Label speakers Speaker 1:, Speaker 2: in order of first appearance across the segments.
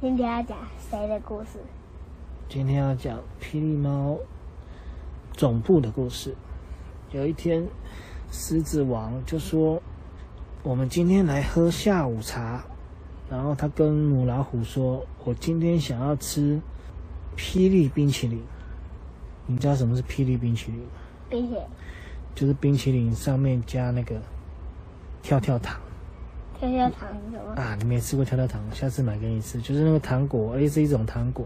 Speaker 1: 今天要讲谁的故事？
Speaker 2: 今天要讲霹雳猫总部的故事。有一天，狮子王就说：“我们今天来喝下午茶。”然后他跟母老虎说：“我今天想要吃霹雳冰淇淋。”你知道什么是霹雳冰淇淋吗？
Speaker 1: 并且
Speaker 2: 就是冰淇淋上面加那个跳跳糖
Speaker 1: 跳跳糖是什么？
Speaker 2: 啊！你没吃过跳跳糖，下次买给你吃。就是那个糖果，而且是一种糖果，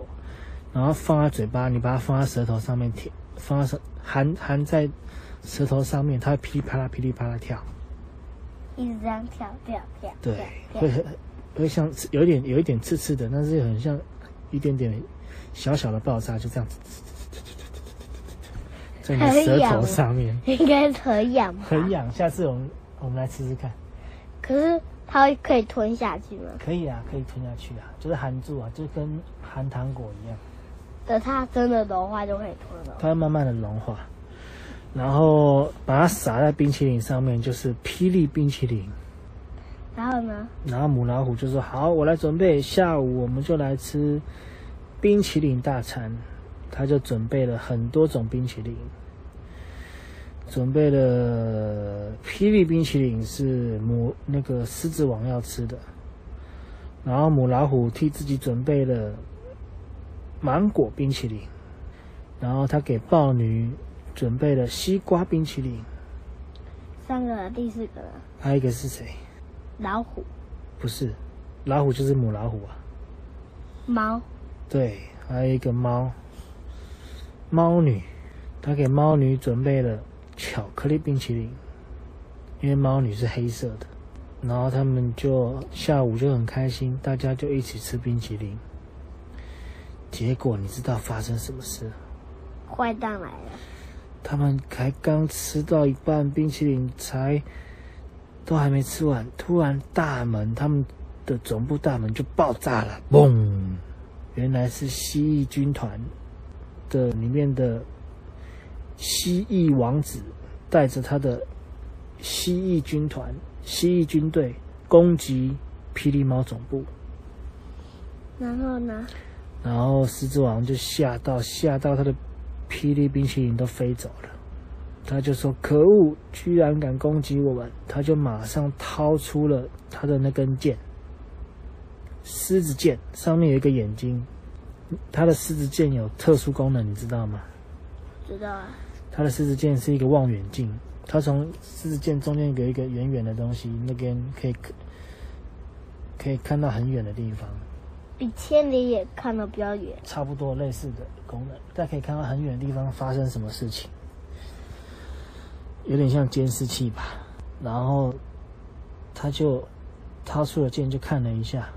Speaker 2: 然后放在嘴巴，你把它放在舌头上面舔，放在舌含含在舌头上面，它会噼里啪啦噼里啪啦跳。
Speaker 1: 一直这样跳跳跳跳
Speaker 2: 对，
Speaker 1: 跳
Speaker 2: 会。很会像刺有一点有一点刺刺的，但是又很像一点点小小的爆炸，就这样子，在你的舌头上面，
Speaker 1: 应该是很痒吧？
Speaker 2: 很痒。啊下次我们我们来吃吃看，
Speaker 1: 可是它可以吞下去吗？
Speaker 2: 可以啊，可以吞下去啊，就是含住啊，就跟含糖果一样，
Speaker 1: 等它真的融化就可以吞了。
Speaker 2: 它会慢慢的融化，然后把它撒在冰淇淋上面，就是霹雳冰淇淋。
Speaker 1: 然后呢？
Speaker 2: 然后母老虎就说：“好，我来准备，下午我们就来吃冰淇淋大餐。”他就准备了很多种冰淇淋，准备了霹雳冰淇淋是母那个狮子王要吃的，然后母老虎替自己准备了芒果冰淇淋，然后他给豹女准备了西瓜冰淇淋，
Speaker 1: 三个人，第四个人，
Speaker 2: 还有一个是谁？
Speaker 1: 老虎、
Speaker 2: 不是，老虎就是母老虎啊。
Speaker 1: 猫、
Speaker 2: 对，还有一个猫，猫女，她给猫女准备了巧克力冰淇淋，因为猫女是黑色的。然后他们就下午就很开心，大家就一起吃冰淇淋。结果你知道发生什么事？
Speaker 1: 坏蛋来了，
Speaker 2: 他们才刚吃到一半，冰淇淋才都还没吃完，突然大门他们的总部大门就爆炸了，嘣！原来是蜥蜴军团的里面的蜥蜴王子带着他的蜥蜴军团、蜥蜴军队攻击霹雳猫总部。
Speaker 1: 然后呢？
Speaker 2: 然后狮子王就吓到，吓到他的霹雳冰淇淋都飞走了。他就说：“可恶，居然敢攻击我们！”他就马上掏出了他的那根剑，狮子剑上面有一个眼睛。他的狮子剑有特殊功能，你知道吗？
Speaker 1: 知道啊，
Speaker 2: 他的狮子剑是一个望远镜，它从狮子剑中间有一个圆圆的东西，那边可以可以看到很远的地方。
Speaker 1: 比千里眼看得比较远。
Speaker 2: 差不多类似的功能，大家可以看到很远的地方发生什么事情，有点像监视器吧。然后他就掏出了剑，就看了一下，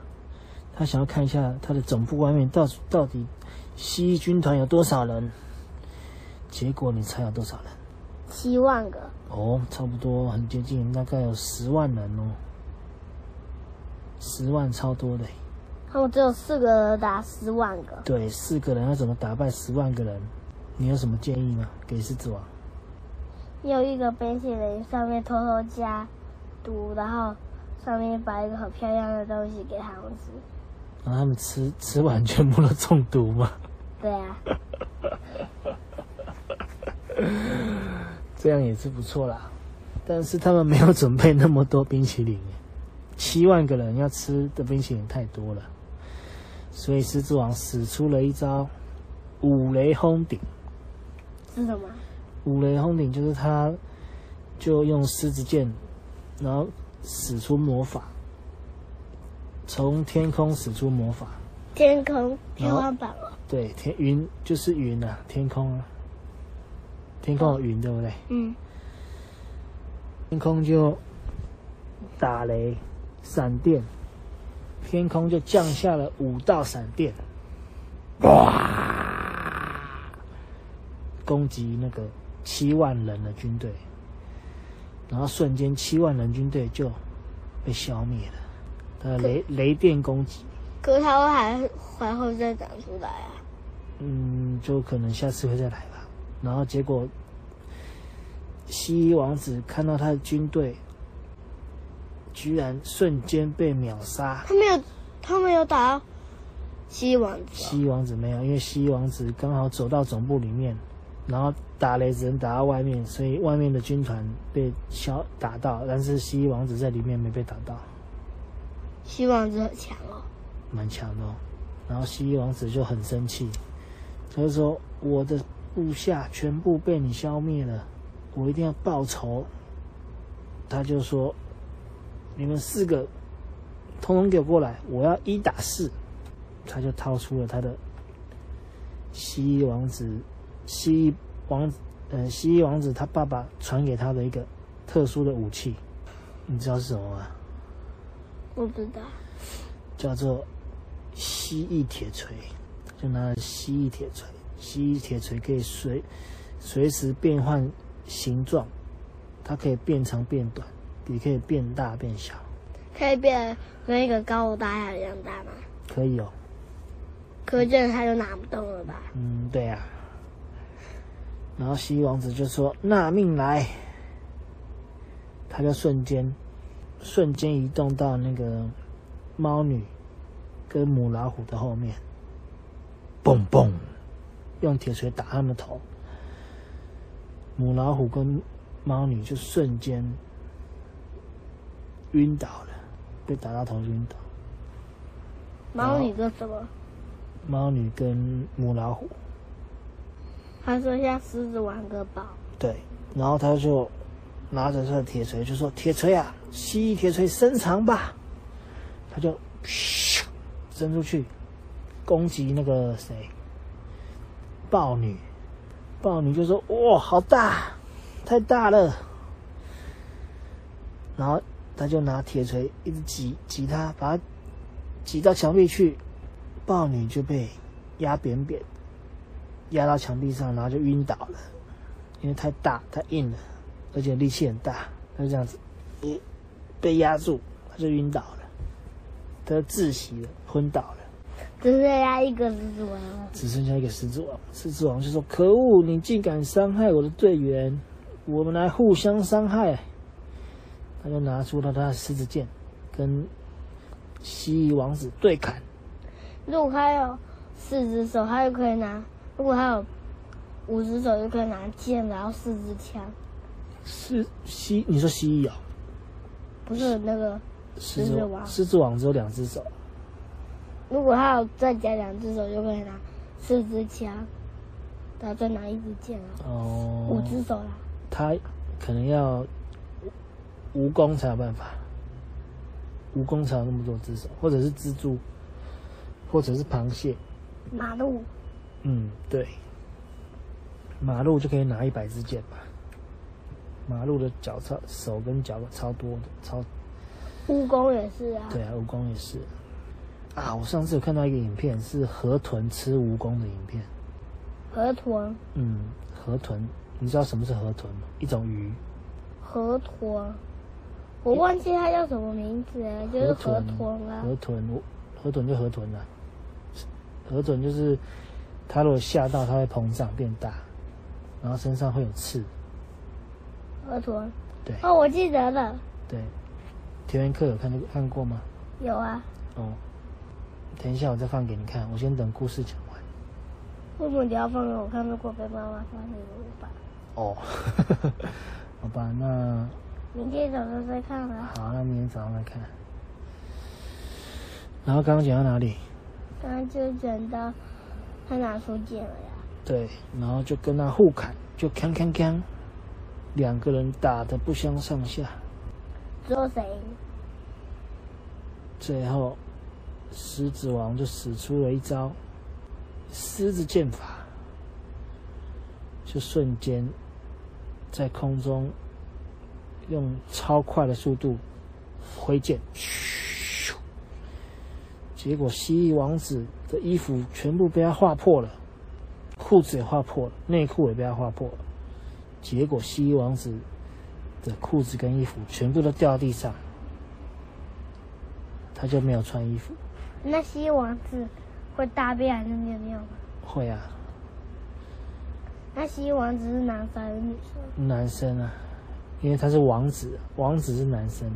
Speaker 2: 他想要看一下他的总部外面到到底蜥蜴军团有多少人。结果你猜有多少人？
Speaker 1: 七万个，
Speaker 2: 哦，差不多很接近，大概有十万人哦，十万超多的。
Speaker 1: 他们只有四个人打十万个，
Speaker 2: 对，四个人要怎么打败十万个人？你有什么建议吗？给狮子王。
Speaker 1: 用一个冰淇淋上面偷偷加毒，然后上面摆一个很漂亮的东西给他们吃。
Speaker 2: 然后他们吃吃完全部都中毒吗？
Speaker 1: 对啊，
Speaker 2: 这样也是不错啦。但是他们没有准备那么多冰淇淋，七万个人要吃的冰淇淋太多了，所以狮子王使出了一招五雷轰顶。
Speaker 1: 是什么？
Speaker 2: 五雷轰顶就是他，就用狮子剑，然后使出魔法，从天空使出魔法。
Speaker 1: 天空天花板哦。
Speaker 2: 对，天云就是云啊，天空啊，天空有云对不对？
Speaker 1: 嗯，
Speaker 2: 天空就打雷、闪电，天空就降下了五道闪电，哇！攻击那个七万人的军队，然后瞬间七万人军队就被消灭了，呃，雷雷电攻击，
Speaker 1: 可是它会还还会再长出来啊。
Speaker 2: 嗯，就可能下次会再来吧。然后结果，蜥蜴王子看到他的军队，居然瞬间被秒杀。
Speaker 1: 他没有，他没有打到蜥蜴王子哦、
Speaker 2: 蜥蜴王子没有，因为蜥蜴王子刚好走到总部里面，然后打雷只能打到外面，所以外面的军团被消打到，但是蜥蜴王子在里面没被打到，
Speaker 1: 蜥蜴王子很强哦。
Speaker 2: 蛮强的、哦。然后蜥蜴王子就很生气，他就说：“我的部下全部被你消灭了，我一定要报仇。”他就说：“你们四个，通通给我过来，我要一打四。”他就掏出了他的蜥蜴王子，蜥蜴王，呃，蜥蜴王子他爸爸传给他的一个特殊的武器，你知道是什么吗？
Speaker 1: 我不知道，
Speaker 2: 叫做蜥蜴铁锤，就拿蜥蜴铁锤，蜥蜴铁锤可以随随时变换形状，它可以变长变短，也可以变大变小，
Speaker 1: 可以变得跟一个高楼大厦一样大吗？
Speaker 2: 可以哦。
Speaker 1: 可是这样他就拿不动了吧？
Speaker 2: 嗯，对呀、然后蜥蜴王子就说：“纳命来！”他就瞬间瞬间移动到那个猫女跟母老虎的后面，蹦蹦，用铁锤打他们头。母老虎跟猫女就瞬间晕倒了，被打到头晕倒。
Speaker 1: 猫女做什么？
Speaker 2: 猫女跟母老虎
Speaker 1: 他说像狮子玩个宝，
Speaker 2: 对，然后他就拿着他的铁锤就说：“铁锤啊，蜥蜴铁锤伸长吧。”他就咻伸出去攻击那个谁，豹女。豹女就说：“哇，好大，太大了。”然后他就拿铁锤一直挤挤他，把他挤到墙壁去，豹女就被压扁扁，压到墙壁上，然后就晕倒了。因为太大太硬了，而且力气很大，他就这样子，一被压住，他就晕倒了，他就窒息了，昏倒了，
Speaker 1: 只剩下一个狮子王了。
Speaker 2: 只剩下一个狮子王。狮子王就说：“可恶，你竟敢伤害我的队员，我们来互相伤害。”他就拿出了他的狮子剑，跟蜥蜴王子对砍。
Speaker 1: 如果他有四只手，他就可以拿；如果他有五只手，就可以拿剑，然后四支枪。
Speaker 2: 是蜥，你说蜥蜴啊、
Speaker 1: 不是那个，狮
Speaker 2: 狮子
Speaker 1: 子
Speaker 2: 王，
Speaker 1: 王
Speaker 2: 狮子王只有两只手。
Speaker 1: 如果他有再加两只手，就可以拿四支枪，然后再拿一支剑啊，
Speaker 2: 哦，
Speaker 1: 五只手啦。
Speaker 2: 他可能要蜈蚣才有办法，蜈蚣才有那么多只手，或者是蜘蛛，或者是螃蟹，
Speaker 1: 马路
Speaker 2: 嗯，对。马路就可以拿一百支箭吧，马路的脚超手跟脚超多的，超
Speaker 1: 蜈蚣也是啊，
Speaker 2: 对啊，蜈蚣也是。啊，我上次有看到一个影片，是河豚吃蜈蚣的影片。
Speaker 1: 河豚、
Speaker 2: 嗯，河豚，你知道什么是河豚吗？一种鱼。
Speaker 1: 河豚，我忘记它叫什么名字了，就是河豚啊。
Speaker 2: 河豚，我河豚就河豚了、河豚就是它如果吓到，它会膨胀变大，然后身上会有刺。
Speaker 1: 河豚，
Speaker 2: 对
Speaker 1: 哦，我记得了，
Speaker 2: 对，田园课有看看过吗？
Speaker 1: 有啊。
Speaker 2: 哦，等一下我再放给你看，我先等故事讲完。
Speaker 1: 为什么你要放给我看？如果被妈妈发现怎么办？
Speaker 2: 哦， 好吧，那
Speaker 1: 明天早上再看吧。
Speaker 2: 好，那明天早上来看。然后刚刚讲到哪里？
Speaker 1: 刚刚就讲到他拿出剑了呀，
Speaker 2: 对，然后就跟他互砍，就锵锵锵，两个人打得不相上下。
Speaker 1: 只有谁赢？
Speaker 2: 最后，狮子王就使出了一招狮子剑法，就瞬间在空中用超快的速度挥剑，咻结果蜥蜴王子的衣服全部被他划破了，裤子也划破了，内裤也被他划破了。结果蜥蜴王子的裤子跟衣服全部都掉地上，他就没有穿衣服。
Speaker 1: 那西王子会大便还是尿尿吗？
Speaker 2: 会啊，
Speaker 1: 那西王子是男生还是女生？
Speaker 2: 男生啊，因为他是王子，王子是男生。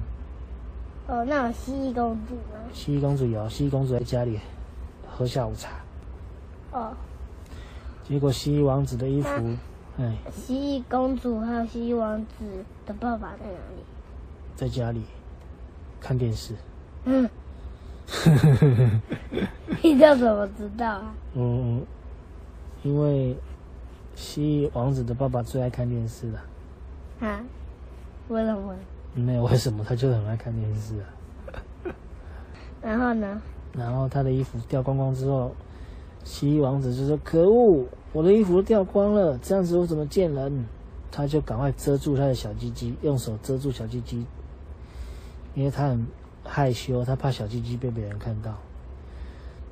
Speaker 1: 哦，那有蜥蜴公主吗？
Speaker 2: 蜥蜴公主有，蜥蜴公主在家里喝下午茶，
Speaker 1: 哦，
Speaker 2: 结果蜥蜴王子的衣服，哎，
Speaker 1: 蜥蜴公主还有蜥蜴王子的爸爸在哪里？
Speaker 2: 在家里看电视。
Speaker 1: 嗯，你这怎么知道啊？
Speaker 2: 嗯，因为蜥蜴王子的爸爸最爱看电视了，
Speaker 1: 啊？为什么？
Speaker 2: 没有为什么，他就很爱看电视啊。
Speaker 1: 然后呢？
Speaker 2: 然后他的衣服掉光光之后，蜥蜴王子就说：“可恶，我的衣服都掉光了，这样子我怎么见人？”他就赶快遮住他的小鸡鸡，用手遮住小鸡鸡，因为他很害羞，他怕小鸡鸡被别人看到。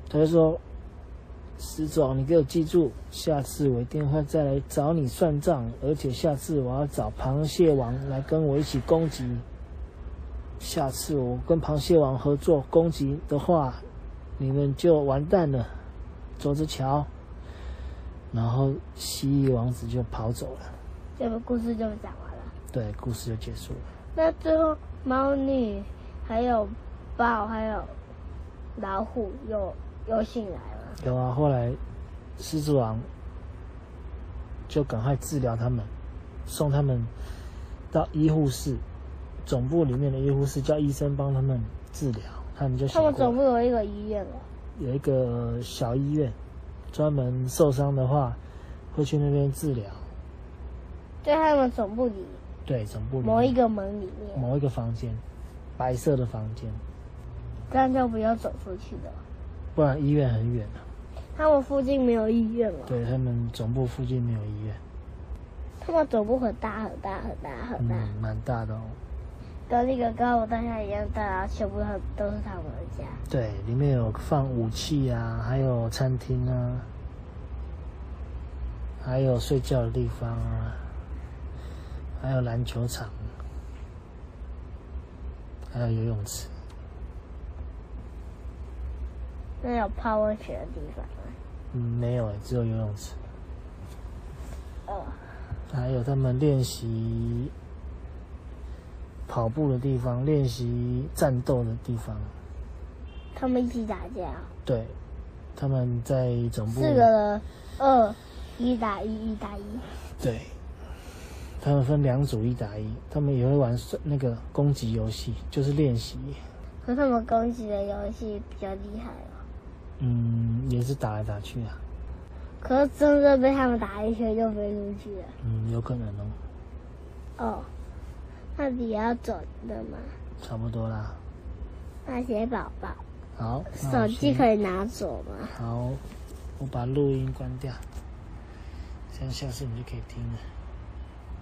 Speaker 2: 他就说：“石总，你给我记住，下次我一定会再来找你算账，而且下次我要找螃蟹王来跟我一起攻击。下次我跟螃蟹王合作攻击的话，你们就完蛋了，走着瞧。”然后蜥蜴王子就跑走了，
Speaker 1: 这个故事就讲完了。
Speaker 2: 对，故事就结束了。
Speaker 1: 那最后，猫女还有豹还有老虎有有醒来吗？
Speaker 2: 有啊，后来狮子王就赶快治疗他们，送他们到医护室，总部里面的医护室叫医生帮他们治疗，他们就
Speaker 1: 他
Speaker 2: 醒
Speaker 1: 们
Speaker 2: 过
Speaker 1: 总
Speaker 2: 来。
Speaker 1: 部有一个医院了。
Speaker 2: 有一个小医院，专门受伤的话会去那边治疗。
Speaker 1: 在他们总部里
Speaker 2: 对，总部里面
Speaker 1: 某一个门里面，
Speaker 2: 某一个房间，白色的房间，
Speaker 1: 这样就不要走出去了。
Speaker 2: 不然医院很远啊。
Speaker 1: 他们附近没有医院了，
Speaker 2: 对他们总部附近没有医院，
Speaker 1: 他们总部很大很大很大很大，
Speaker 2: 嗯，蛮大的哦。
Speaker 1: 跟那个高楼大厦一样大，然后全部都都是他们的家。
Speaker 2: 对，里面有放武器啊，还有餐厅啊，还有睡觉的地方啊，还有篮球场，还有游泳池。
Speaker 1: 那有泡温泉的地方吗？
Speaker 2: 嗯，没有欸，只有游泳池。
Speaker 1: 哦，
Speaker 2: 还有他们练习跑步的地方，练习战斗的地方。
Speaker 1: 他们一起打架哦，
Speaker 2: 对，他们在总部
Speaker 1: 四个人，二一打一，一打一。
Speaker 2: 对，他们分两组一打一，他们也会玩算那个攻击游戏，就是练习，
Speaker 1: 可是他们攻击的游戏比较厉害哦。
Speaker 2: 嗯，也是打来打去啊，
Speaker 1: 可是真正被他们打一圈就飞出去了。
Speaker 2: 嗯，有可能哦，
Speaker 1: 哦，那你要走的吗？
Speaker 2: 差不多啦。
Speaker 1: 那些宝宝，
Speaker 2: 好，那
Speaker 1: 手
Speaker 2: 我
Speaker 1: 机
Speaker 2: 先
Speaker 1: 可以拿走吗？
Speaker 2: 好，我把录音关掉，这样下次你就可以听了。